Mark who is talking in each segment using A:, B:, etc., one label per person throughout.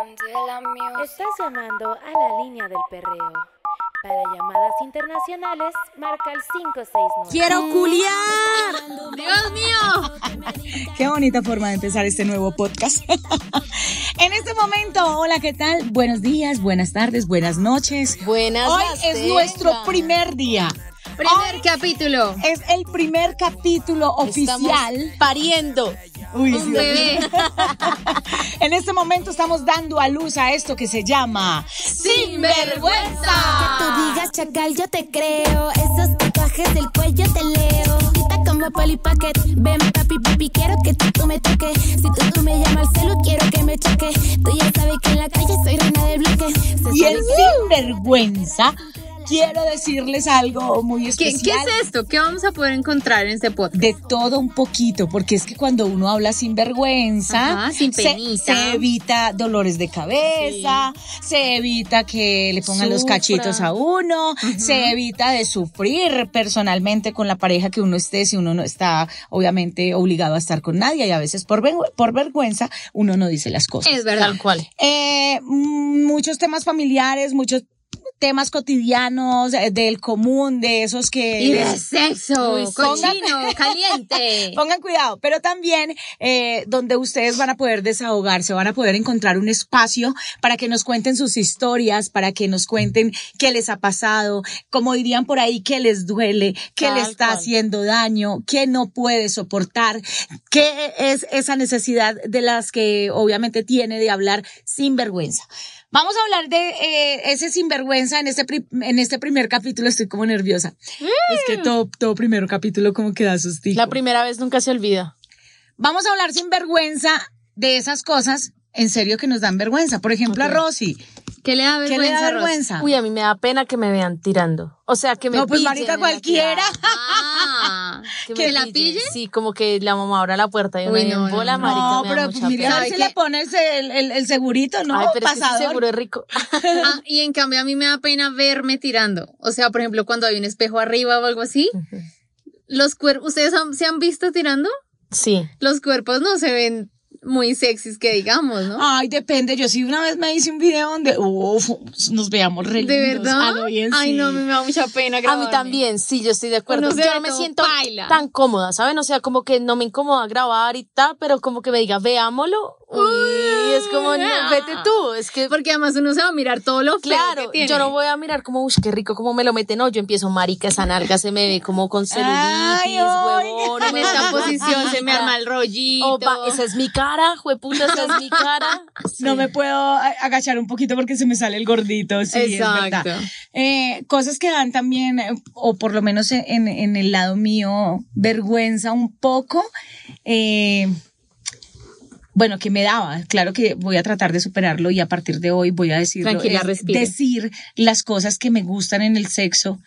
A: Candela Music.
B: Estás llamando a la línea del perreo. Para llamadas internacionales, marca el 569.
C: ¡Quiero culiar!
D: ¡Dios mío!
E: Qué bonita forma de empezar este nuevo podcast. en este momento, hola, ¿qué tal? Buenos días, buenas tardes, buenas noches.
C: Buenas
E: Hoy
C: las
E: es
C: tengan.
E: nuestro primer día.
D: Primer capítulo.
E: Es el primer capítulo
C: Estamos
E: oficial.
C: pariendo.
E: Uy,
D: Un
E: sí, Dios mío.
D: bebé.
E: En este momento estamos dando a luz a esto que se llama
D: vergüenza.
F: Tú digas chacal, yo te creo. Esos tatuajes del cuello te leo. Quita como Polly Pocket. Ven, papi, papi, quiero que tú, tú me toques. Si tú, tú me llamas al celu, quiero que me choque. Tú ya sabes que en la calle soy reina del bloque. Se
E: Y
F: sabe
E: el sinvergüenza, quiero decirles algo muy
D: ¿Qué,
E: especial.
D: qué es esto? ¿Qué vamos a poder encontrar en este podcast?
E: de todo un poquito, porque es que cuando uno habla sin vergüenza,
D: Ajá, sin
E: se,
D: penita.
E: se evita dolores de cabeza, se evita que le pongan los
D: Sufra.
E: cachitos a uno, se evita de sufrir personalmente con la pareja que uno esté, si uno no está obviamente obligado a estar con nadie y a veces por, ven- por vergüenza uno no dice las cosas.
D: Es verdad.
C: cual.
E: Eh, mm, muchos temas familiares, muchos temas cotidianos, eh, del común, de esos que...
D: Y de sexo,
E: Uy, sí.
D: cochino, caliente.
E: Pongan cuidado, pero también eh, donde ustedes van a poder desahogarse, van a poder encontrar un espacio para que nos cuenten sus historias, para que nos cuenten qué les ha pasado, como dirían por ahí, qué les duele, qué
C: Tal
E: le está
C: cual.
E: haciendo daño, qué no puede soportar, qué es esa necesidad de las que obviamente tiene de hablar sin vergüenza. Vamos a hablar de eh, ese sinvergüenza en este, pri- en este primer capítulo. Estoy como nerviosa. Es que todo, todo primer capítulo como que da sustico.
C: Mm. La primera vez nunca se olvida.
E: Vamos a hablar sin vergüenza de esas cosas en serio que nos dan vergüenza. Por ejemplo, a Rosy.
D: ¿Qué le da
E: ¿Qué le
D: vergüenza?
E: da
D: Ros?
E: vergüenza?
C: Uy, a mí me da pena que me vean tirando. O sea, que me
E: no, pues
C: pillen
E: marica
C: en la
E: cualquiera.
C: tirada.
D: Ah,
C: Que,
D: ¿Que
C: me
D: la
C: pillen.
D: pille?
C: Sí, como que la mamá abra la puerta y uno
D: Uy,
C: ahí
D: no,
C: en bola,
D: no, no.
C: marica,
E: No,
C: me da
E: pero
C: mucha
E: pues mira, a ver
D: ¿Sabe
E: si
D: qué?
E: le pones el, el- el segurito,
C: pena.
E: ¿no?
C: Ay, pero es que ese
E: Pasador.
C: seguro es rico.
D: Ah, y en cambio a mí me da pena verme tirando. O sea, por ejemplo, cuando hay un espejo arriba o algo así, los cuerpos, ¿ustedes han- se han visto tirando?
C: Sí.
D: Los cuerpos no se ven muy sexys que digamos, ¿no?
E: Ay, depende. Yo sí una vez me hice un video donde uf, nos veamos re
D: ¿De
E: lindos.
D: verdad?
E: A lo bien,
D: Ay,
E: sí.
D: no, a mí me da mucha pena
C: A
D: grabarme.
C: mí también, sí, yo estoy de acuerdo.
D: Uno se
C: yo
D: ve
C: no me
D: todo
C: siento
D: paila.
C: tan cómoda, ¿saben? O sea, como que no me incomoda grabar y tal, pero como que me diga, veámoslo. Uy, es como, no, vete tú. Es que,
D: Porque además uno se va a mirar todo lo feo que
C: claro,
D: tiene.
C: yo no voy a mirar como, uy, qué rico, cómo me lo meten. No, yo empiezo, marica, esa nalga se me ve como con celulitis,
E: Ay,
C: huevón.
E: oiga.
D: En esta posición se me arma el rollito.
C: Opa, esa es mi cara, jueputa, esa es mi cara.
E: No me puedo a- agachar un poquito porque se me sale el gordito. Sí, es verdad.
D: Exacto.
E: Eh, cosas que dan también, eh, o por lo menos en, en el lado mío, vergüenza un poco. eh, bueno, que me daba. Claro que voy a tratar de superarlo y a partir de hoy voy a decirlo,
D: Tranquila,
E: es
D: respire.
E: decir las cosas que me gustan en el sexo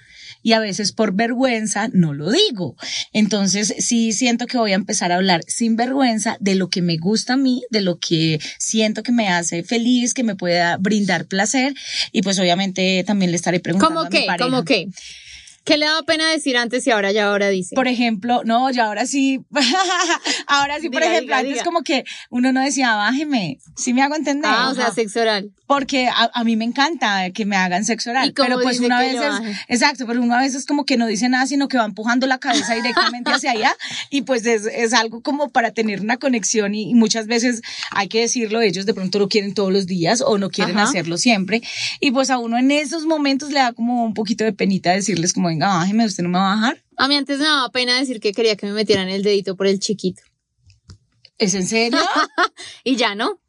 E: y a veces por vergüenza no lo digo. Entonces sí siento que voy a empezar a hablar sin vergüenza de lo que me gusta a mí, de lo que siento que me hace feliz, que me pueda brindar placer y pues obviamente también le estaré preguntando
D: ¿Cómo
E: a mi
D: qué?
E: pareja.
D: ¿Cómo qué? ¿Qué le daba pena decir antes y ahora ya ahora dice?
E: Por ejemplo, no, yo ahora sí, ahora sí, por
D: Diga, diga,
E: ejemplo, antes
D: diga.
E: como que uno no decía, bájeme, si me hago entender.
D: ah, o sea,
E: Ajá.
D: sexo oral.
E: porque a, a mí me encanta que me hagan sexo oral,
D: ¿Y cómo
E: pero pues
D: dice
E: una
D: que
E: vez
D: le
E: es,
D: baje?
E: exacto, pero una vez es como que no dice nada, sino que va empujando la cabeza directamente hacia allá y pues es, es algo como para tener una conexión y, y muchas veces hay que decirlo, ellos de pronto lo quieren todos los días o no quieren
D: Ajá.
E: hacerlo siempre y pues a uno en esos momentos le da como un poquito de penita decirles como, venga, bájeme, usted no me va a bajar.
D: A mí antes me daba pena decir que quería que me metieran el dedito por el chiquito.
E: ¿Es en serio?
D: Y ya no.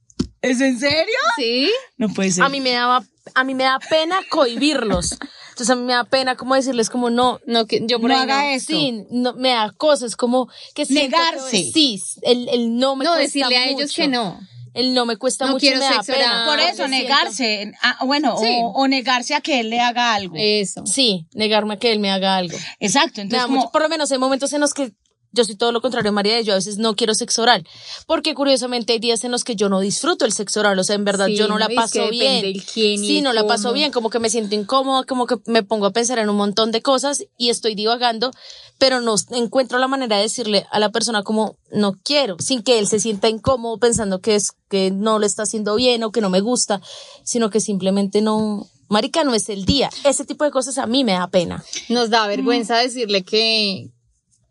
E: ¿Es en serio?
D: Sí.
E: No puede ser.
C: A mí me daba, a mí me da pena cohibirlos. Entonces a mí me da pena como decirles como no,
D: No, que yo por
E: No
D: ahí
E: haga
D: no.
E: eso.
C: sí, no, me da cosas como que siento que-
E: Negarse.
C: sí, el, el no me
D: No,
C: cuesta
D: decirle a ellos
C: mucho.
D: que no.
C: El no me cuesta
D: No
C: mucho y
D: quiero
C: me da
D: sexo
C: pena.
D: oral.
E: Por
D: Ah,
E: eso,
D: lo siento.
E: negarse, ah, bueno,
D: Sí. Eh,
E: o, o negarse a que él le haga algo.
D: Eso.
C: Sí, negarme a que él me haga algo.
E: Exacto,
C: Me da
E: entonces como,
C: mucho- por lo menos hay momentos en los que Yo soy todo lo contrario, María. Yo a veces no quiero sexo oral. Porque curiosamente hay días en los que yo no disfruto el sexo oral. O sea, en verdad,
D: Sí,
C: yo no la
D: ¿no? Y es que
C: paso bien.
D: depende el quién y
C: sí, no la paso
D: cómo.
C: bien. Como que me siento incómoda, como que me pongo a pensar en un montón de cosas y estoy divagando, pero no encuentro la manera de decirle a la persona como no quiero, sin que él se sienta incómodo pensando que es que no le está haciendo bien o que no me gusta, sino que simplemente no. Marica, no es el día. Ese tipo de cosas a mí me da pena.
D: Nos da
E: Mm.
D: vergüenza decirle que,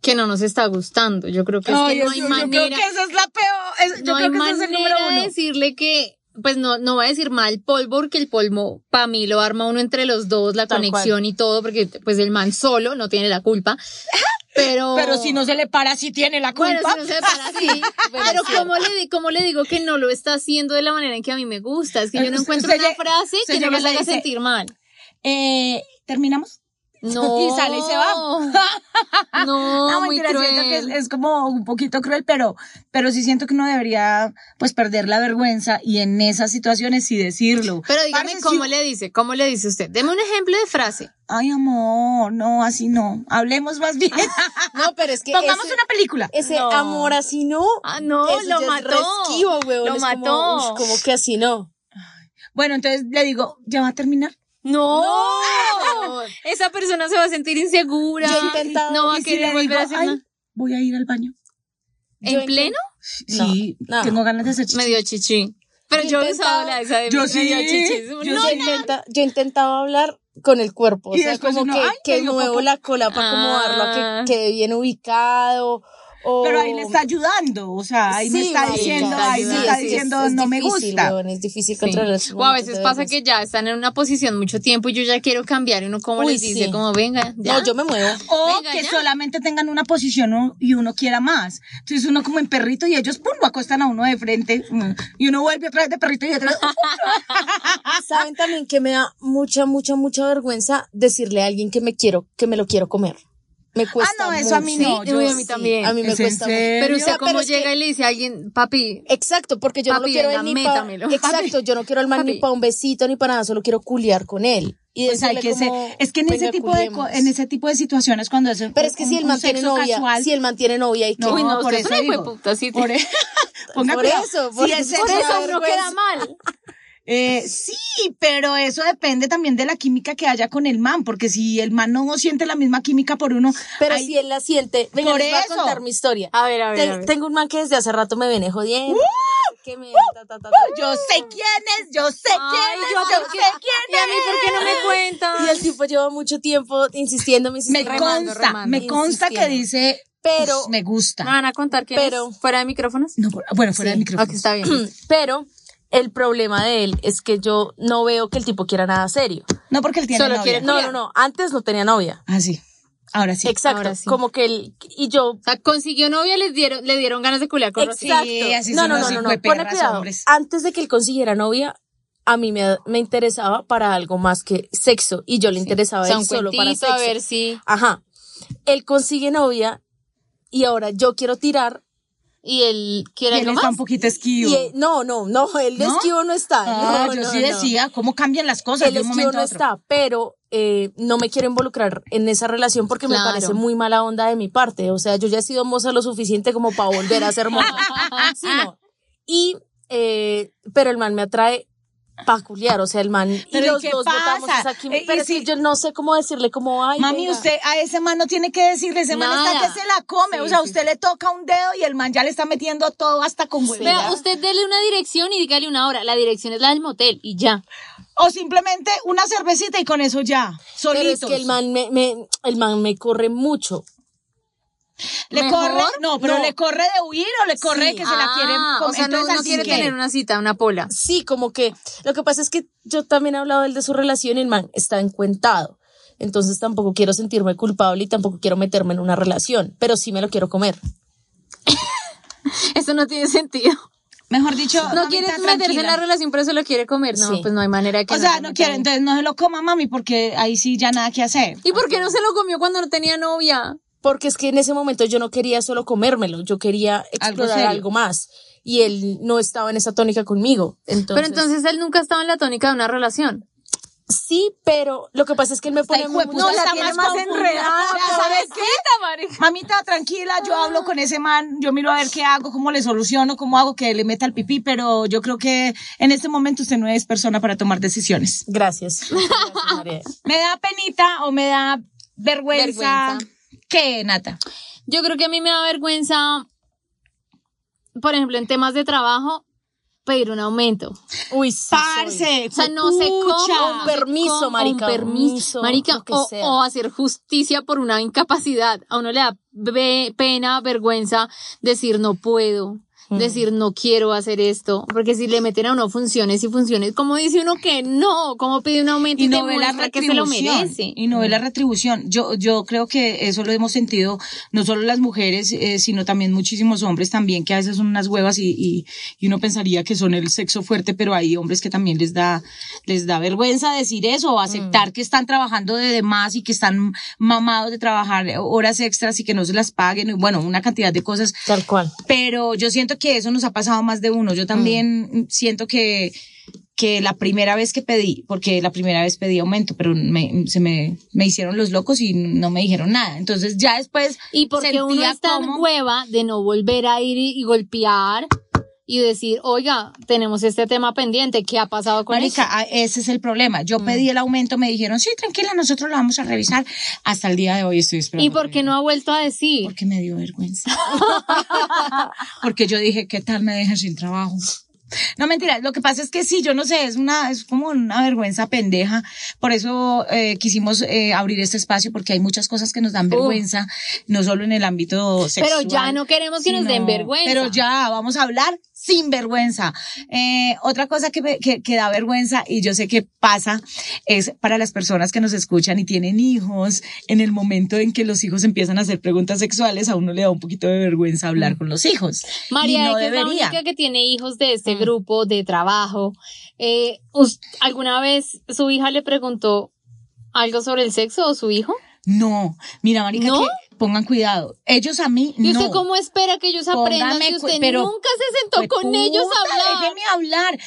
D: que no nos está gustando. Yo creo que, es que
E: Ay,
D: no
E: eso-
D: hay
E: yo
D: manera.
E: creo que esa es la peor. es- yo
D: no
E: creo
D: hay
E: que ese es el número
D: manera
E: uno.
D: de decirle que, pues no, no voy a decir mal polvo, porque el polvo, para mí, lo arma uno entre los dos, la
C: Tal
D: conexión y todo, porque pues el man solo no tiene la culpa. Pero,
E: Pero si no se le para, si tiene la culpa.
D: Bueno, si no se para sí. pero ¿cómo le, di- ¿cómo le digo que no lo está haciendo de la manera en que a mí me gusta? Es que yo no encuentro
E: Se
D: una
E: lle-
D: frase
E: se
D: que no
E: llega y
D: los
E: le
D: haga
E: dice-
D: sentir mal.
E: Eh, ¿Terminamos?
D: No.
E: Y sale y se va.
D: No,
E: No,
D: muy
E: Ah, mentira, siento que es,
D: cruel.
E: es como un poquito cruel, pero, pero sí siento que uno debería pues perder la vergüenza y en esas situaciones sí decirlo.
D: Pero dígame
E: Parce,
D: cómo
E: sí-
D: le dice, cómo le dice usted. Deme un ejemplo de frase.
E: Ay, amor, no, así no. Hablemos más bien.
C: No, pero es que
E: Pongamos una película.
C: ese amor así no.
D: Ah, no,
C: Eso
D: lo
C: ya es
D: mató.
C: re esquivo, weón.
D: Lo
C: Es como,
D: mató.
C: "Ush, Como, que así no.
E: Bueno, entonces le digo, ¿ya va a terminar?
D: No. Esa persona se va a sentir insegura.
C: Yo he intentado.
D: No va a
E: Y si
D: querer
E: le
D: volver
E: digo,
D: a hacer
E: "Ay,
D: nada.
E: Voy a ir al baño.
C: yo
D: ¿En
C: he
D: pleno?
C: No,
E: Sí,
C: no.
E: tengo ganas de hacer chichi.
D: Me dio chichi. Pero
C: Yo he
D: yo he
C: intentado.
D: usado la esa de
E: Yo
D: me
E: sí.
D: dio chichi.
E: Yo
D: No,
C: yo, intenta- yo he intentado hablar con el cuerpo, o
E: Y
C: sea,
E: después
C: como
E: uno,
C: que,
E: "Ay, me
C: que
E: dio
C: muevo
E: popo".
C: la cola para acomodarlo,
D: Ah.
C: a que quede bien ubicado. o-
E: Pero ahí le está ayudando, o sea, ahí me
C: Sí,
E: está
C: marica,
E: diciendo, ahí me
D: sí,
E: está
D: sí,
E: diciendo,
C: es- es
E: no me
C: difícil,
E: gusta.
C: weón, es difícil
D: Sí.
C: controlar esos
D: O a
C: momentos
D: veces
C: de
D: pasa
C: vergüenza.
D: que ya están en una posición mucho tiempo y yo ya quiero cambiar y uno como
C: Uy,
D: les dice,
C: sí.
D: como venga, ya.
C: No, yo me muevo.
E: O
D: Venga,
E: que
D: ya.
E: solamente tengan una posición o- y uno quiera más. Entonces uno como en perrito y ellos, pum, lo acostan a uno de frente mm, y uno vuelve otra vez de perrito y otra vez.
C: Saben también que me da mucha, mucha, mucha vergüenza decirle a alguien que me quiero, que me lo quiero comer. Me cuesta
E: no, eso a mí
C: mucho.
E: no,
D: yo Uy, a mí sí. también.
C: A mí me
E: ¿Es en
C: cuesta mucho.
E: serio?
D: pero
C: O
D: usted
C: sea,
D: como
C: es que-
D: llega y le dice a alguien, papi,
C: Exacto, porque yo no
D: Papi,
C: lo quiero
D: venga,
C: él ni para.
D: métamelo.
C: Exacto, yo no quiero al man
D: Papi.
C: ni para un besito ni para nada, solo quiero culiar con él. Y
E: Pues hay
C: decirle
E: que ser-
C: como,
E: es que en ese
C: "Venga,
E: tipo de co-
C: culiemos".
E: en ese tipo de situaciones cuando es un-
C: Pero es que si
E: un-
C: él
E: un
C: mantiene
E: sexo
C: novia,
E: casual,
C: si él mantiene novia y que
E: no,
D: Uy, no,
E: por
D: usted es
E: eso
D: una
E: digo.
D: hijueputa, sí.
E: Por, e- ponga
C: Por
E: cuidado.
C: eso,
E: Si
C: por-
E: es
C: por
E: sexo-
D: eso uno queda mal.
E: Eh, sí, pero eso depende también de la química que haya con el man, porque si el man no siente la misma química por uno,
C: Pero
E: ahí-
C: si él la siente, venga,
E: Por
C: les voy a
E: eso.
C: contar mi historia.
D: A ver, a ver,
C: Ten-
D: a ver.
C: Tengo un man que desde hace rato me viene jodiendo. no sé qué me- ta, ta, ta, ta.
E: yo sé quién es, yo sé
D: Ah. Ay,
E: quién es,
D: yo,
E: yo,
D: ¿por qué?
E: sé quién
D: ¿Y a mí
E: es.
D: por qué no me
C: Y el
D: cuentan?
C: tipo lleva mucho tiempo insistiéndome,
E: Me
C: insistiéndome.
D: Remando,
E: consta,
D: remando.
E: me consta que
C: Insistiendo.
E: dice,
C: Pero-
E: "Uf, me gusta.
D: ¿Me van a contar quién
C: Pero-
D: es? ¿Fuera de micrófonos?
E: No, por- bueno, fuera de micrófono.
D: Ok, está bien.
C: Pero el problema de él es que yo no veo que el tipo quiera nada serio.
E: No porque él tiene
D: Solo
E: novia.
D: quiere-
C: No, no, no. Antes no tenía novia.
E: Ah, sí. Ahora sí.
C: Exacto.
D: Ahora sí.
C: Como que él. Y yo.
D: O sea, consiguió novia, les dieron, le dieron ganas de culiar con Rosy.
C: Exacto.
E: Sí, así
C: no,
E: son
C: no,
E: los
C: no, no, no.
E: hijueperras
C: Pone cuidado.
E: hombres.
C: Antes de que él consiguiera novia, a mí me, me interesaba para algo más que sexo. Y yo le interesaba
D: O
C: a
D: sea,
C: él
D: un
C: solo para
D: cuentito,
C: sexo.
D: a ver si...
C: Ajá. Él consigue novia y ahora yo quiero tirar.
D: Y él
E: Y
D: quiere
E: él
D: algo
E: está
D: más.
E: un poquito esquivo.
C: Y él- no, no, no. El de
E: ¿No?
C: esquivo no está.
E: Ah,
C: no,
E: yo
C: no,
E: sí
C: no.
E: decía cómo cambian las cosas
C: el
E: de un momento
C: esquivo no
E: a otro.
C: está, pero eh, no me quiero involucrar en esa relación porque
D: Claro.
C: me parece muy mala onda de mi parte. O sea, yo ya he sido moza lo suficiente como para volver a ser moza. Sí, no. Y, eh, pero el man me atrae peculiar, o sea, el man
E: Pero
C: y
E: ¿y
C: los
E: qué
C: dos
E: pasa?
C: botamos esa química,
E: Eh, y
C: pero es que
E: si-
C: yo no sé cómo decirle como ay
E: Mami,
C: venga.
E: usted a ese man no tiene que decirle, ese man
D: Nada.
E: está que se la come. o sea, usted le toca un dedo y el man ya le está metiendo todo hasta con
D: Vea,
E: huevera.
D: usted dele una dirección y dígale una hora. La dirección es la del motel y ya.
E: O simplemente una cervecita y con eso ya, solitos.
C: pero es que el man me, me- el man me corre mucho.
E: le
D: ¿Mejor?
E: corre, no, pero
C: No.
E: le corre de huir o le corre
C: Sí.
E: que se la quiere
D: Ah,
E: comer.
D: O sea, no,
E: Entonces,
D: no
E: así
D: quiere
E: que-
D: tener una cita, una pola.
C: Sí, como que lo que pasa es que yo también he hablado del de su relación y el man está encuentado. Entonces tampoco quiero sentirme culpable y tampoco quiero meterme en una relación, pero sí me lo quiero comer.
D: Eso no tiene sentido.
E: Mejor dicho,
D: No
E: mamita,
D: quiere meterse en
E: tranquila.
D: la relación, por eso lo quiere comer. No,
C: Sí.
D: pues no hay manera de que
E: O sea,
D: se
E: no
D: meta
E: quiere,
D: ahí.
E: entonces no se lo coma, mami, porque ahí sí ya nada que hacer.
D: ¿Y por qué no se lo comió cuando no tenía novia?
C: Porque es que en ese momento yo no quería solo comérmelo, yo quería
E: Algo
C: explorar
E: serio.
C: algo, más. Y él no estaba en esa tónica conmigo. Entonces,
D: Pero entonces él nunca estaba en la tónica de una relación.
C: Sí, pero lo que pasa es que él me pone
E: Ay,
C: muy,
E: jueputa,
C: muy-
E: No, la
C: está
E: tienes
C: más
E: más
C: confundida.
E: enredada,
C: O sea,
E: ¿sabes qué? Mamita, tranquila, yo
D: Ah.
E: hablo con ese man, yo miro a ver qué hago, cómo le soluciono, cómo hago que le meta el pipí, pero yo creo que en este momento usted no es persona para tomar decisiones.
C: Gracias. Gracias, María.
E: ¿Me da penita o me da vergüenza?
D: Vergüenza.
E: ¿Qué, Nata?
D: Yo creo que a mí me da vergüenza, por ejemplo, en temas de trabajo, pedir un aumento.
C: Uy, sí.
E: Parce,
D: O sea, no sé cómo.
E: pucha.
D: no
C: Un
D: sé
C: permiso,
D: cómo,
C: marica,
D: Un
C: un
D: permiso.
C: permiso,
D: Marica,
C: lo que
D: o,
C: sea.
D: o hacer justicia por una incapacidad. A uno le da ve- pena, vergüenza decir no puedo.
C: Mm.
D: Decir no quiero hacer esto, porque si le meten a uno funciones y funciones, ¿cómo dice uno que no? ¿Cómo pide un aumento y,
E: y no ve la
D: demuestra que se lo
E: retribución,
D: merece?
E: Y no ve la retribución. Yo, yo creo que eso lo hemos sentido no solo las mujeres, eh, sino también muchísimos hombres también, que a veces son unas huevas y, y, y uno pensaría que son el sexo fuerte, pero hay hombres que también les da, les da vergüenza decir eso o
D: Mm.
E: aceptar que están trabajando de demás y que están mamados de trabajar horas extras y que no se las paguen. y Bueno, una cantidad de cosas
C: Tal cual.
E: pero yo siento que eso nos ha pasado más de uno.
D: Mm.
E: Yo también siento que, que la primera vez que pedí, porque la primera vez pedí aumento, pero me, se me, me hicieron los locos y no me dijeron nada. Entonces ya después
D: Y porque uno
E: sentía
D: está en
E: como-
D: hueva de no volver a ir y, y golpear y decir, oiga, tenemos este tema pendiente, ¿qué ha pasado con
E: Marica,
D: eso? Mm.
E: ah, ese es el problema. Yo pedí el aumento, me dijeron, sí, tranquila, nosotros lo vamos a revisar. Hasta el día de hoy estoy esperando.
D: ¿Y por qué no ha vuelto a decir?
E: Porque me dio vergüenza. Porque yo dije, ¿qué tal me dejan sin trabajo? No, mentira, lo que pasa es que sí, yo no sé, es una, es como una vergüenza pendeja. Por eso eh, quisimos eh, abrir este espacio, porque hay muchas cosas que nos dan vergüenza, no solo en el ámbito sexual.
D: Pero ya no queremos que nos den
E: sino-
D: vergüenza.
E: Pero ya, vamos a hablar sin vergüenza. Eh, otra cosa que, me- que, que da vergüenza, y yo sé que pasa, es para las personas que nos escuchan y tienen hijos, en el momento en que los hijos empiezan a hacer preguntas sexuales, a uno le da un poquito de vergüenza hablar con los hijos.
D: Mm. María,
E: y no
D: que es la
E: debería. Mm.
D: única que tiene hijos de este grupo de trabajo. Eh, ¿us- ¿Alguna vez su hija le preguntó algo sobre el sexo o su hijo?
E: No, mira, marica,
D: ¿No?
E: que pongan cuidado. Ellos a mí
D: ¿Y usted
E: no.
D: cómo espera que ellos aprendan
E: Póngame
D: si
E: cu-
D: usted
E: pero-
D: nunca se sentó con
E: Puta,
D: ellos a hablar?
E: Déjeme hablar.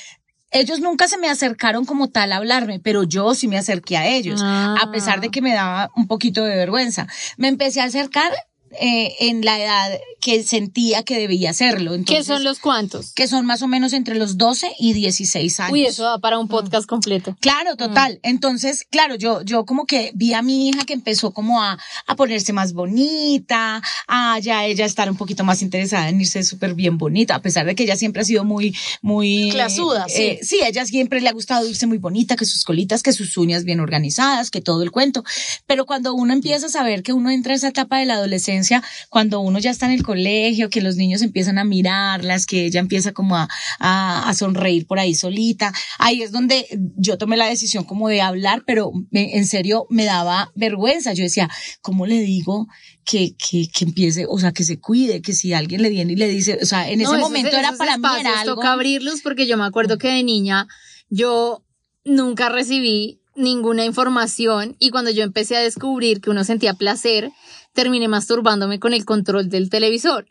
E: Ellos nunca se me acercaron como tal a hablarme, pero yo sí me acerqué a ellos,
D: Ah.
E: a pesar de que me daba un poquito de vergüenza. Me empecé a acercar eh, en la edad que sentía que debía hacerlo.
D: ¿Qué
E: Entonces,
D: son los cuantos?
E: que son más o menos entre los 12 y 16 años. Mm.
D: Uy, eso da para un podcast completo.
E: Claro,
C: Mm.
E: total. Entonces, claro, yo, yo como que vi a mi hija que empezó como a, a ponerse más bonita, a ya ella estar un poquito más interesada en irse súper bien bonita, a pesar de que ella siempre ha sido muy, muy...
C: Clasuda, sí.
E: eh, sí, a ella siempre le ha gustado irse muy bonita, que sus colitas, que sus uñas bien organizadas, que todo el cuento. Pero cuando uno empieza a saber que uno entra a esa etapa de la adolescencia, cuando uno ya está en el colegio, que los niños empiezan a mirarlas, que ella empieza como a, a- a sonreír por ahí solita, ahí es donde yo tomé la decisión como de hablar, pero me- en serio me daba vergüenza. Yo decía, ¿cómo le digo? Que, que, que empiece, o sea, que se cuide, que si alguien le viene y le dice, o sea, en
D: No,
E: ese
D: esos-
E: momento era
D: esos
E: para mí
D: espacios
E: era algo.
D: Toca abrirlos porque yo me acuerdo que de niña yo nunca recibí ninguna información y cuando yo empecé a descubrir que uno sentía placer, terminé masturbándome con el control del televisor.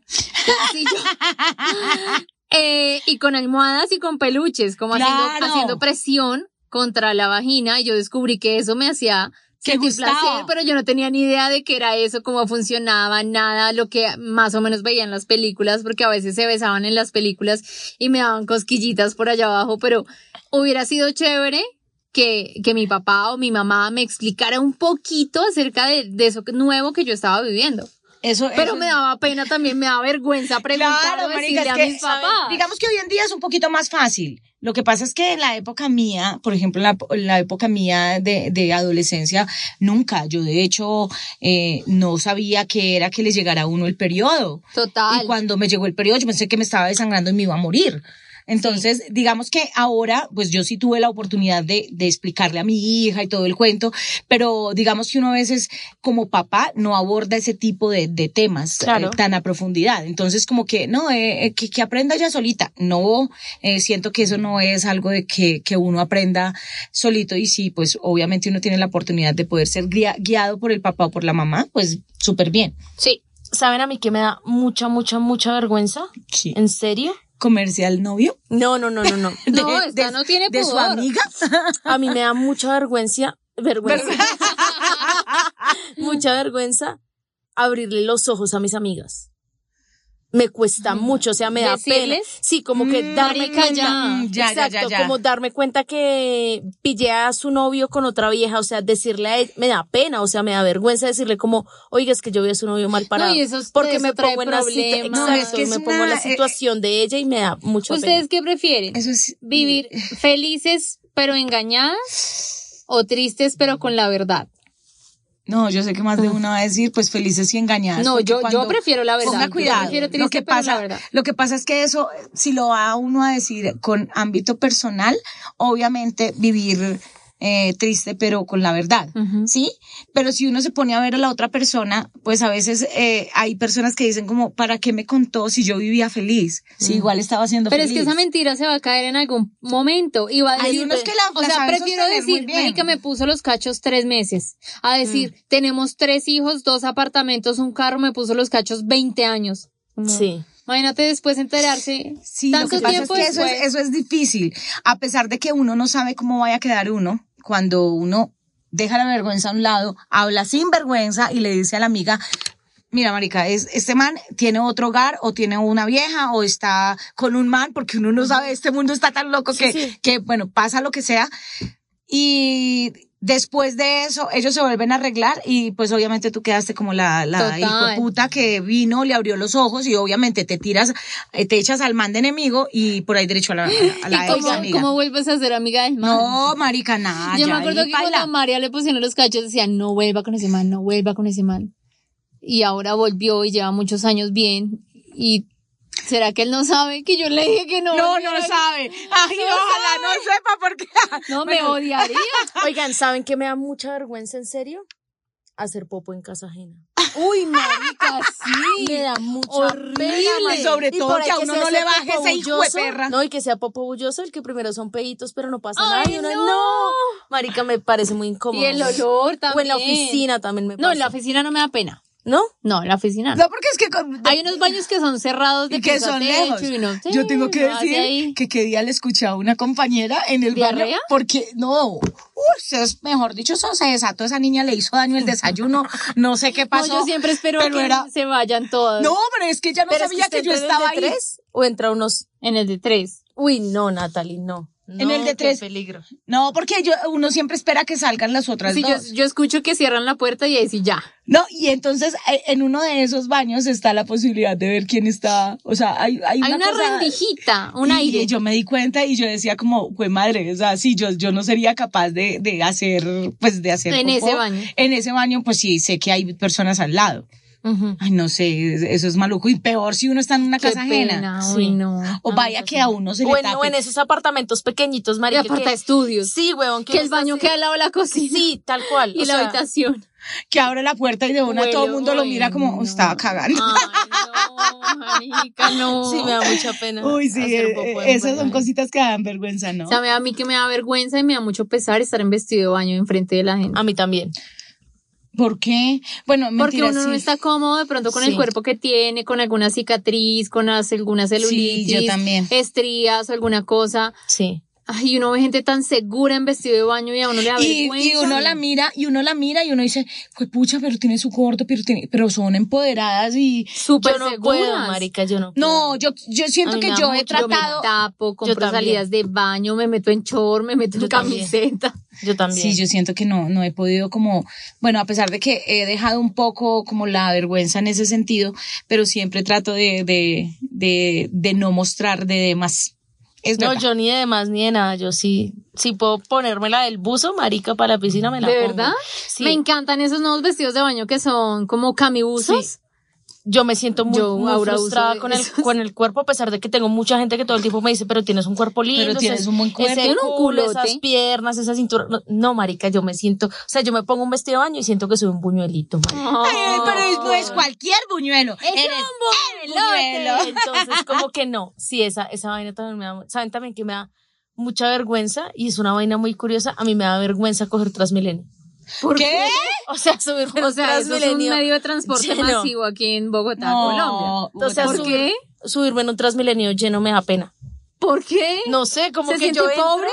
D: Sí, yo- Eh, y con almohadas y con peluches, como haciendo,
E: Claro.
D: haciendo presión contra la vagina y yo descubrí que eso me hacía
E: Que
D: sentir
E: gustaba.
D: placer, pero yo no tenía ni idea de qué era eso, cómo funcionaba, nada, lo que más o menos veía en las películas, porque a veces se besaban en las películas y me daban cosquillitas por allá abajo, pero hubiera sido chévere que, que mi papá o mi mamá me explicara un poquito acerca de, de eso que- nuevo que yo estaba viviendo.
E: Eso,
D: Pero
E: eso-
D: me daba pena también, me daba vergüenza preguntar o
E: marica,
D: decirle
E: es
D: a
E: que,
D: mis
E: ¿saben?
D: papás.
E: Digamos que hoy en día es un poquito más fácil. Lo que pasa es que en la época mía, por ejemplo, la, la época mía de, de adolescencia, nunca. Yo, de hecho, eh, no sabía que era que le llegara a uno el periodo.
D: Total.
E: Y cuando me llegó el periodo, yo pensé que me estaba desangrando y me iba a morir. Entonces, digamos que ahora, pues yo sí tuve la oportunidad de, de explicarle a mi hija y todo el cuento, pero digamos que uno a veces como papá no aborda ese tipo de, de temas eh,
C: Claro.
E: tan a profundidad. Entonces, como que no, eh, eh, que, que aprenda ya solita. No, eh, siento que eso no es algo de que, que uno aprenda solito y sí, pues obviamente uno tiene la oportunidad de poder ser guía- guiado por el papá o por la mamá, pues súper bien.
C: Sí. ¿Saben a mí que me da mucha, mucha, mucha vergüenza?
E: Sí.
C: ¿En serio?
E: comercial novio?
C: No, no, no, no, no.
E: De-
D: No, esta
E: de-
D: no tiene
E: ¿De su
D: pudor.
E: amiga?
C: A mí me da mucha vergüenza, vergüenza, mucha vergüenza abrirle los ojos a mis amigas. Me cuesta mucho, o sea, me da pena.
D: Mm. ¿Decirles?
C: Sí, como que
E: Mm,
C: darme
D: marica,
C: cuenta.
D: ya.
E: Mm, ya, ya, ya,
C: Exacto,
E: ya.
C: como darme cuenta que pillé a su novio con otra vieja, o sea, decirle a él, me da pena, o sea, me da vergüenza decirle como, oiga, es que yo vi a su novio mal parado.
D: y eso es-
C: porque
D: eso
C: me
D: trae
C: pongo en la situ-
D: problemas.
C: exacto,
D: No, es
E: que es
C: me pongo en la
E: una- eh,
C: situación de ella y me da mucho
D: ¿Ustedes qué prefieren?
E: Eso es.
D: ¿Vivir felices pero engañadas o tristes pero con la verdad?
E: No, yo sé que más de uno va a decir, pues felices y engañadas.
D: No,
E: porque
D: yo- yo
E: cuando-
D: prefiero la verdad,
E: Ponga
D: yo
E: cuidado.
D: prefiero
E: lo,
D: triste,
E: que
D: pero la
E: pasa,
D: verdad.
E: lo que pasa es que eso, si lo va uno a decir con ámbito personal, obviamente vivir eh, triste, pero con la verdad,
D: Ujú.
E: ¿sí? Pero si uno se pone a ver a la otra persona, pues a veces eh, hay personas que dicen como, ¿para qué me contó si yo vivía feliz? Si igual estaba siendo
D: Mm. Pero es
E: feliz.
D: que esa mentira se va a caer en algún momento. Y va a
E: Hay
D: decir,
E: unos que la-
D: o
E: la
D: sea,
E: saben
D: prefiero
E: sostener muy
D: decir,
E: bien. Mm.
D: Marica me puso los cachos tres meses. A decir, tenemos tres hijos, dos apartamentos, un carro, me puso los cachos 20 años. Como,
C: Sí.
D: Imagínate después enterarse.
E: Sí, lo
D: tanto
E: que pasa es
D: tiempo
E: que eso es,
D: después.
E: eso es difícil. A pesar de que uno no sabe cómo vaya a quedar uno, cuando uno deja la vergüenza a un lado, habla sin vergüenza y le dice a la amiga, mira, marica, es, este man tiene otro hogar o tiene una vieja o está con un man, porque uno no sabe, este mundo está tan loco que, que, bueno, pasa lo que sea. Y después de eso, ellos se vuelven a arreglar y pues obviamente tú quedaste como la, la
D: Total.
E: hijueputa que vino, le abrió los ojos y obviamente te tiras, eh, te echas al man de enemigo y por ahí derecho a la, a la- a la
D: ¿Y
E: ex
D: cómo,
E: amiga.
D: cómo vuelves a ser amiga del man?
E: no, marica, nada.
D: Yo me
E: ya
D: acuerdo
E: ahí
D: que
E: paila.
D: cuando a María le pusieron los cachos decían, no vuelva con ese man, no vuelva con ese man. Y ahora volvió y lleva muchos años bien. ¿Y será que él no sabe que yo le dije que no?
E: No, no
D: volviera?
E: lo sabe. Ay, ojalá no sepa porque...
D: No, me odiaría.
C: Oigan, ¿saben qué me da mucha vergüenza en serio? Hacer popo en casa ajena.
D: Uy, marica, sí.
C: Me da mucha
D: Horrible.
C: pena.
E: Y sobre
C: Y
E: todo
C: por ahí
E: que a uno
C: sea
E: no le baje ese hijo de
C: popobulloso,
E: perra.
C: No, y que sea popobulloso, el que primero son peditos, pero no pasa nada.
D: Ay,
C: Y uno, no.
D: no.
C: Marica, me parece muy incómodo.
D: Y el olor también.
C: O en la oficina también me pasa.
D: No, en la oficina no me da pena.
C: ¿No?
D: No, en la oficina no.
E: No, porque es que... con-
D: Hay unos baños que son cerrados de
E: y que
D: piso a
E: son
D: techo
E: lejos.
D: y uno, sí,
E: Yo tengo que
D: no hace ahí.
E: decir que qué día le escuché a una compañera en el barrio
D: ¿Diarrea?
E: porque no, uy, eso es, mejor dicho, eso se desató, esa niña le hizo daño el desayuno, no sé qué pasó.
D: No, yo siempre espero
E: pero
D: que
E: era-
D: se vayan todos.
E: No, pero es que ella no
C: Pero es
E: sabía que,
C: usted
E: yo
C: entra en el
E: estaba ahí.
C: de tres o entra unos...
D: En el de tres.
C: Uy, no, Natalie, no.
E: En el de tres.
C: peligro.
E: No, porque yo, uno siempre espera que salgan las otras
D: Sí, yo,
E: dos.
D: yo escucho que cierran la puerta y ahí sí ya.
E: No, y entonces eh, en uno de esos baños está la posibilidad de ver quién está. O sea, hay, hay,
D: Hay una,
E: cosa-
D: rendijita, un aire.
E: Y yo me di cuenta y yo decía como, güey madre, o sea, sí, yo, yo no sería capaz de, de hacer, pues de hacer.
D: En
E: popó.
D: ese baño.
E: En ese baño, pues sí, sé que hay personas al lado. Ay, no sé, es- eso es maluco. Y peor si uno está en una
D: Qué
E: casa ajena.
D: pena, uy, no.
E: O
D: No,
E: vaya
D: no,
E: que a uno se
C: O
E: le
C: en, o en
E: tape.
C: esos apartamentos pequeñitos, marica.
D: Y aparta
C: que-
D: estudios.
C: Sí, huevón.
D: Que el
C: uno está
D: baño
C: así-
D: queda al lado de la cocina.
C: Sí, tal cual.
D: Y la
C: o sea,
D: habitación.
E: Que abre la puerta y de una
D: Huele,
E: todo el mundo lo
D: uy,
E: mira como,
D: no. Ah,
E: estaba cagando.
D: Ay, no, marica, no.
C: Sí, me da mucha pena.
E: Uy, sí,
C: hacer
E: eh,
C: popó en
E: esas son
C: baño.
E: cositas que dan vergüenza, ¿no?
D: O sea, me da- a mí que me da vergüenza y me da mucho pesar estar en vestido de baño enfrente de la gente.
C: A mí también.
E: ¿Por qué? Bueno,
D: Porque
E: mentira,
D: uno no
E: sí.
D: está cómodo de pronto con
C: Sí.
D: el cuerpo que tiene, con alguna cicatriz, con as- alguna celulitis,
E: yo también.
D: estrías, alguna cosa.
C: Sí.
D: Ay, y uno ve gente tan segura en vestido de baño y a uno le da
E: Y,
D: vergüenza.
E: y uno la mira, y uno la mira y uno dice, pues pucha, pero tiene su corto, pero, tiene, pero son empoderadas y...
D: Súper
C: yo no
D: Pues, seguras.
C: puedo, marica, yo no.
E: No, yo, yo siento
C: Ay,
E: que
C: mi
E: yo
C: amor,
E: he
C: yo
E: tratado...
D: Yo me tapo, compro
C: también.
D: salidas de baño, me meto en chor, me meto
C: Yo
D: en
C: también.
D: camiseta.
C: puedo. Yo también.
E: Sí, yo siento que no, no he podido como, bueno, a pesar de que he dejado un poco como la vergüenza en ese sentido, pero siempre trato de, de, de, de no mostrar de demás. Es
C: no,
E: verdad.
C: yo ni de más ni de nada. Yo sí, sí puedo ponérmela del buzo, marica, para la piscina me la
D: ¿De
C: pongo.
D: verdad?
C: Sí.
D: Me encantan esos nuevos vestidos de baño que son como camibusos.
C: yo me siento muy,
D: Yo
C: muy
D: ahora uso
C: frustrada
D: de
C: con el,
D: esos.
C: con el cuerpo, a pesar de que tengo mucha gente que todo el tiempo me dice, pero tienes un cuerpo lindo.
E: Pero tienes
C: ese-
E: un buen cuerpo".
C: Ese
D: Tiene
C: culo,
D: un culote.
C: esas piernas, esa cintura. No, no, marica, yo me siento... O sea, yo me pongo un vestido de baño y siento que soy un buñuelito, marica.
E: Ay, Eh, pero es- no es cualquier buñuelo. Eh,
D: un
E: eres el buñuelo.
C: Entonces, como que no. Sí, esa, esa vaina también me da. Saben también que me da mucha vergüenza y es una vaina muy curiosa. A mí me da vergüenza coger Transmilenio.
D: ¿Por
E: ¿Qué?
C: O sea, subir
D: O sea, eso es un
C: Transmilenio
D: medio de transporte
C: lleno.
D: masivo aquí en Bogotá, Colombia.
E: No,
C: Entonces,
D: ¿Por
C: subir-
D: qué?
C: subirme en un Transmilenio lleno me da pena.
D: ¿Por qué?
C: No sé, como
D: ¿Se
C: que
D: siente
C: yo entro-
D: pobre?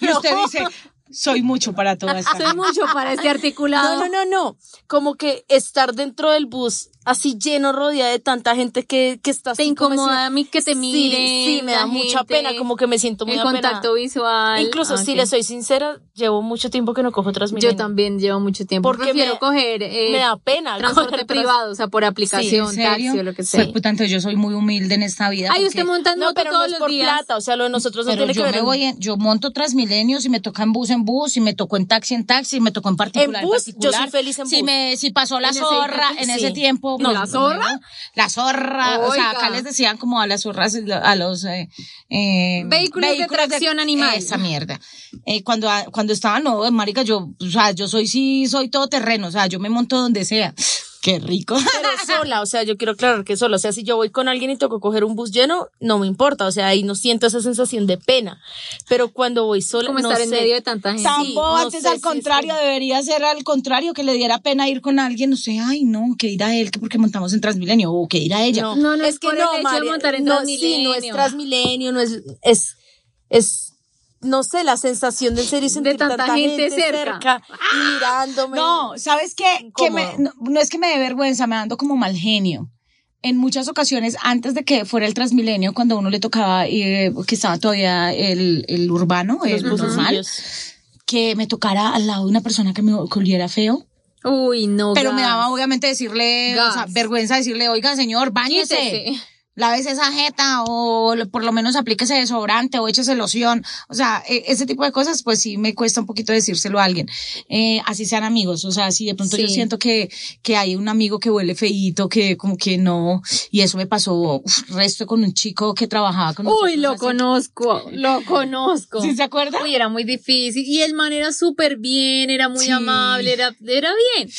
E: Y usted dice, soy mucho para toda esta
D: Soy
E: gente.
D: mucho para este articulado.
C: No, no, no, no. Como que estar dentro del bus así lleno, rodeada de tanta gente que, que está
D: Te
C: así como
D: incomoda
C: ese-
D: a mí que te
C: Sí,
D: miren.
C: Sí, me da
D: la
C: mucha
D: gente,
C: pena, como que me siento muy
D: El
C: apenada.
D: contacto visual.
C: Incluso,
D: Ah,
C: si
D: ok.
C: le soy sincera, llevo mucho tiempo que no cojo Transmilenio.
D: Yo también llevo mucho tiempo.
C: Porque
D: Prefiero
C: me-
D: coger eh,
C: Me da pena.
D: transporte
C: coger trans-
D: privado, o sea, por aplicación,
E: ¿En
D: taxi o
E: serio?
D: lo que
E: Fue
D: sea.
E: puta, entonces yo soy muy humilde en esta vida.
D: Ay,
E: Pues, porque-
D: usted monta en
C: No,
D: moto
C: pero no
D: todos
C: es
D: los
C: por
D: días.
C: plata, o sea, lo de nosotros no
E: Pero
C: tiene que
E: yo
C: ver.
E: me
C: en-
E: voy, en- yo monto Transmilenio, si me toca en bus, en bus, si me tocó en taxi, en taxi, si me tocó en particular,
C: bus, yo
E: particular.
C: soy feliz en
E: si
C: bus.
E: Me, si pasó la
C: En ese
E: zorra
C: instante,
E: en
C: sí.
E: ese tiempo. pues,
D: No, ¿la zorra?
E: no, La zorra, o sea, acá
D: Oiga.
E: les decían como a las zorras, a los... eh, eh,
D: Vehículos de tracción animal.
E: Esa mierda. Eh, cuando, a- cuando estaba, no, marica, yo, o sea, yo soy, sí, soy todoterreno, o sea, yo me monto donde sea. Qué rico.
C: Pero sola, o sea, yo quiero aclarar que sola. O sea, si yo voy con alguien y toco coger un bus lleno, no me importa. O sea, ahí no siento esa sensación de pena. Pero cuando voy sola,
D: Como
C: no
D: estar en
C: sé.
D: medio de tanta gente.
C: Tam-
E: Tampoco,
C: Eh, Sí, no
E: antes
C: sé,
E: al
C: sí,
E: contrario, debería ser al contrario, que le diera pena ir con alguien, no sé, ay no, que ir a él, que porque montamos en Transmilenio, o que ir a ella.
C: No,
D: No, no,
C: es,
D: es
C: que
D: por el
C: no,
D: hecho de
C: María,
D: montar en
C: no, sí, no es
D: Transmilenio.
C: Transmilenio, no es, es, es, no sé, la sensación de ser y sentir
D: tanta gente cerca.
C: y mirándome.
E: No, ¿sabes qué? Que me- no,
C: Incómodo.
E: no es que me dé vergüenza, me ando como mal genio. En muchas ocasiones, antes de que fuera el Transmilenio, cuando a uno le tocaba, eh, que estaba todavía el, el urbano, el
C: Los
E: normal,
C: buzoncillos.
E: que me tocara al lado de una persona que me oliera feo.
D: Uy, no.
E: Pero me
D: gas.
E: daba obviamente decirle, o sea,
D: Gas.
E: vergüenza decirle, oiga señor, báñese.
D: Quítese.
E: Lávese esa jeta o lo- por lo menos aplíquese desodorante o échese loción. O sea, e- ese tipo de cosas, pues sí me cuesta un poquito decírselo a alguien. Eh, así sean amigos. O sea, si de pronto yo
D: Sí.
E: siento que, que hay un amigo que huele feíto, que como que no. Y eso me pasó uf, resto con un chico que trabajaba con
D: Uy,
E: nosotros
D: lo
E: hace-
D: conozco, lo conozco.
E: ¿Sí se acuerda?
D: Uy, era muy difícil. Y el man era súper bien, era muy
E: Sí.
D: amable, era, era bien.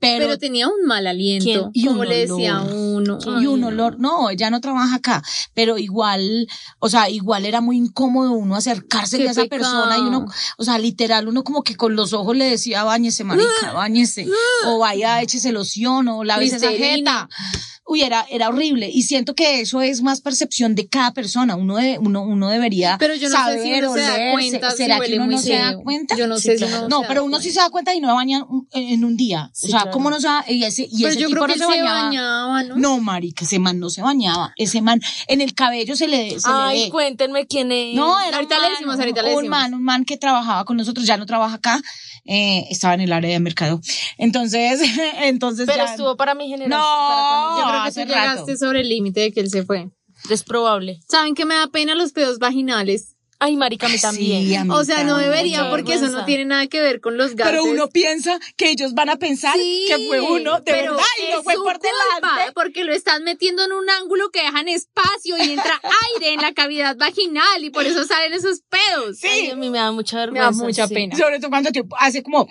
D: Pero,
E: Pero,
D: tenía un mal aliento.
E: ¿Quién? Y
D: como
E: un
D: le decía a
E: olor.
D: uno.
E: y
D: Ay,
E: un
D: no.
E: olor, no, ella no trabaja acá, pero igual, o sea, igual era muy incómodo uno acercarse
D: Qué
E: a esa
D: pecado.
E: persona y uno, o sea, literal, uno como que con los ojos le decía, báñese, marica, báñese, o vaya, échese loción, o lávese esa
D: Listerina.
E: jeta. Uy, era, era horrible. Y siento que eso es más percepción de cada persona. Uno, de, uno, uno debería
D: Pero yo no sé
E: saber,
D: si uno se da
E: olerse.
D: cuenta si
E: ¿Será
D: huele
E: que uno
D: muy
E: no se da
D: feo?
E: cuenta?
D: Yo no
C: Sí,
D: sé si
C: claro.
D: uno
E: No,
D: se da
E: pero uno sí se da cuenta y no baña un- en un día.
C: Sí,
E: o sea,
C: claro.
E: ¿cómo no se da? Y ese, y
D: Pero
E: ese
D: yo
E: tipo
D: creo que
E: no
D: él
E: se bañaba.
D: bañaba, ¿no?
E: No, marica, ese man no se bañaba. Ese man, en el cabello se le. Se le
C: Ay,
E: ve.
C: cuéntenme quién es.
E: No, era
D: Ahorita
E: un
D: le
E: man,
D: decimos, ahorita le
E: Un
D: decimos.
E: man, un man que trabajaba con nosotros, ya no trabaja acá, eh, estaba en el área de mercado. Entonces, entonces.
C: pero
E: ya-
C: estuvo para mi generación.
E: No.
C: para cuando
D: Yo
C: yo-
D: creo que tú
E: hace
D: llegaste
E: rato.
D: sobre el límite de que él se fue.
C: es probable.
D: ¿Saben que me da pena los pedos vaginales?
C: Ay, marica, a mí
E: Sí,
C: también.
E: a mí
D: O sea, no
E: también.
D: debería
C: qué
D: porque eso no
C: vergüenza.
D: tiene nada que ver con los gases.
E: Pero uno piensa que ellos van a pensar
D: Sí,
E: que fue uno de
D: pero
E: verdad y no
D: es
E: fue
D: su
E: por
D: culpa,
E: delante.
D: Porque lo estás metiendo en un ángulo que dejan espacio y entra aire en la cavidad vaginal y por eso salen esos pedos.
E: Sí.
C: Ay, a mí me da mucha
D: Me da
C: vergüenza.
D: mucha
C: sí.
D: pena.
E: Sobre todo cuando te hace como.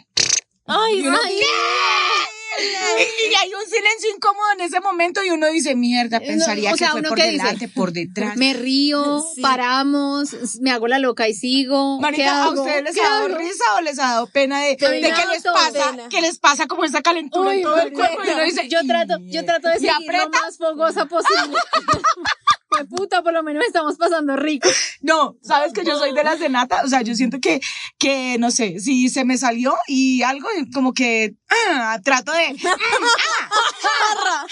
C: Ay,
E: Y uno,
C: ay,
E: "¿Qué?". Y hay un silencio incómodo en ese momento y uno dice, mierda, pensaría
D: o sea,
E: que fue
D: uno
E: por
D: que dice,
E: delante, por detrás.
D: Me río,
C: Sí.
D: paramos, me hago la loca y sigo. ¿Qué
E: Marica, ¿a
D: hago?
E: ustedes les
D: ¿Qué
E: ha dado
D: hago?
E: risa o les ha dado pena
D: A
E: de,
D: mí
E: de
D: me ha
E: qué
D: dado
E: les
D: todo
E: pasa?
C: pena.
E: ¿Qué les pasa como esa calentura
D: Uy,
E: en todo el
D: marica,
E: cuerpo? Y uno dice,
D: yo trato, yo trato de
E: ¿Y
D: seguir lo
E: aprieta?
D: más fogosa posible. Pues puta, por lo menos estamos pasando rico.
E: No, sabes que yo soy de las de nata, o sea, yo siento que, que no sé, si se me salió y algo como que ah, trato de ah, ah, jarra,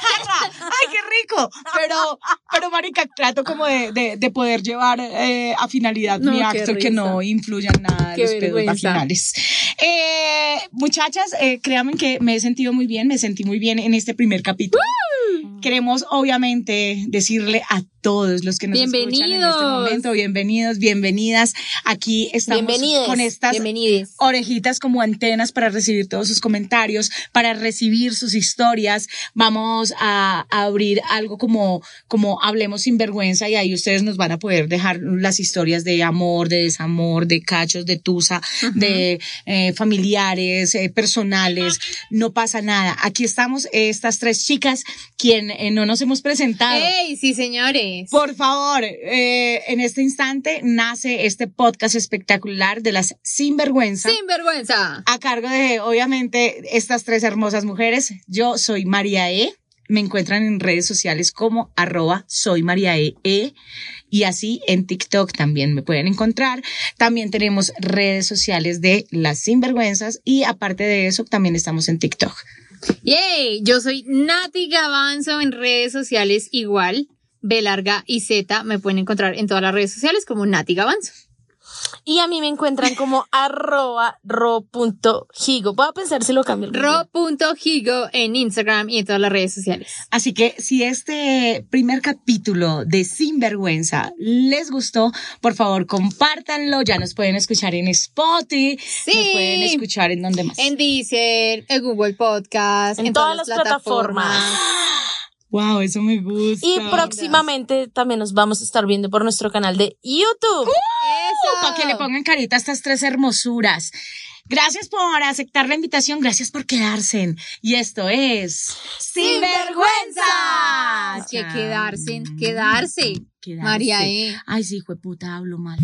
E: jarra, ay qué rico, pero pero marica trato como de, de, de poder llevar eh, a finalidad
D: No,
E: mi
D: qué
E: acto que no
D: risa.
E: influya en nada
D: Qué
E: los pedos
D: vergüenza.
E: vaginales. Eh, muchachas, eh, créanme que me he sentido muy bien, me sentí muy bien en este primer capítulo. Queremos obviamente decirle a todos los que nos escuchan en este
D: Bienvenidos.
E: momento bienvenidos, bienvenidas. Aquí estamos
C: Bienvenides,
E: con estas
D: Bienvenides.
E: orejitas como antenas para recibir todos sus comentarios, para recibir sus historias. Vamos a, a abrir algo como, como hablemos sin vergüenza y ahí ustedes nos van a poder dejar las historias de amor, de desamor, de cachos, de tusa, de eh, familiares, eh, personales. No pasa nada. Aquí estamos eh, estas tres chicas quien eh, no nos hemos presentado.
D: ¡Ey, sí, señores!
E: Por favor, eh, en este instante nace este podcast espectacular de las Sinvergüenza.
D: Sin vergüenza.
E: A cargo de, obviamente, estas tres hermosas mujeres. Yo soy María E. Me encuentran en redes sociales como arroba soy María E, E, y así en TikTok también me pueden encontrar. También tenemos redes sociales de Las Sinvergüenzas y aparte de eso también estamos en TikTok.
D: Yay, yo soy Nati Gavanzo en redes sociales igual. B larga y Z me pueden encontrar en todas las redes sociales como Nati Gavanzo.
C: Y a mí me encuentran como arroba ro.higo. Voy a pensar si lo cambio. algún día.
D: Ro.higo en Instagram y en todas las redes sociales.
E: Así que si este primer capítulo de Sinvergüenza les gustó, por favor compártanlo. Ya nos pueden escuchar en Spotify, nos pueden escuchar en donde más.
D: En Deezer, en Google Podcast,
C: En todas las plataformas.
E: Wow, eso me gusta.
C: Y próximamente también nos vamos a estar viendo por nuestro canal de
E: Uh,
C: YouTube.
D: Eso.
E: Para que le pongan carita a estas tres hermosuras. Gracias por aceptar la invitación, gracias por quedarse. Y esto es
D: Así que quedarse, quedarse.
E: Quedarse.
D: María E.
E: Ay, sí, hijo de puta, hablo mal.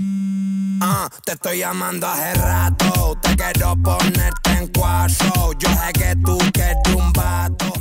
A: Ah, te estoy llamando hace rato, te quiero ponerte en cuatro. Yo sé que tú quieres un vato.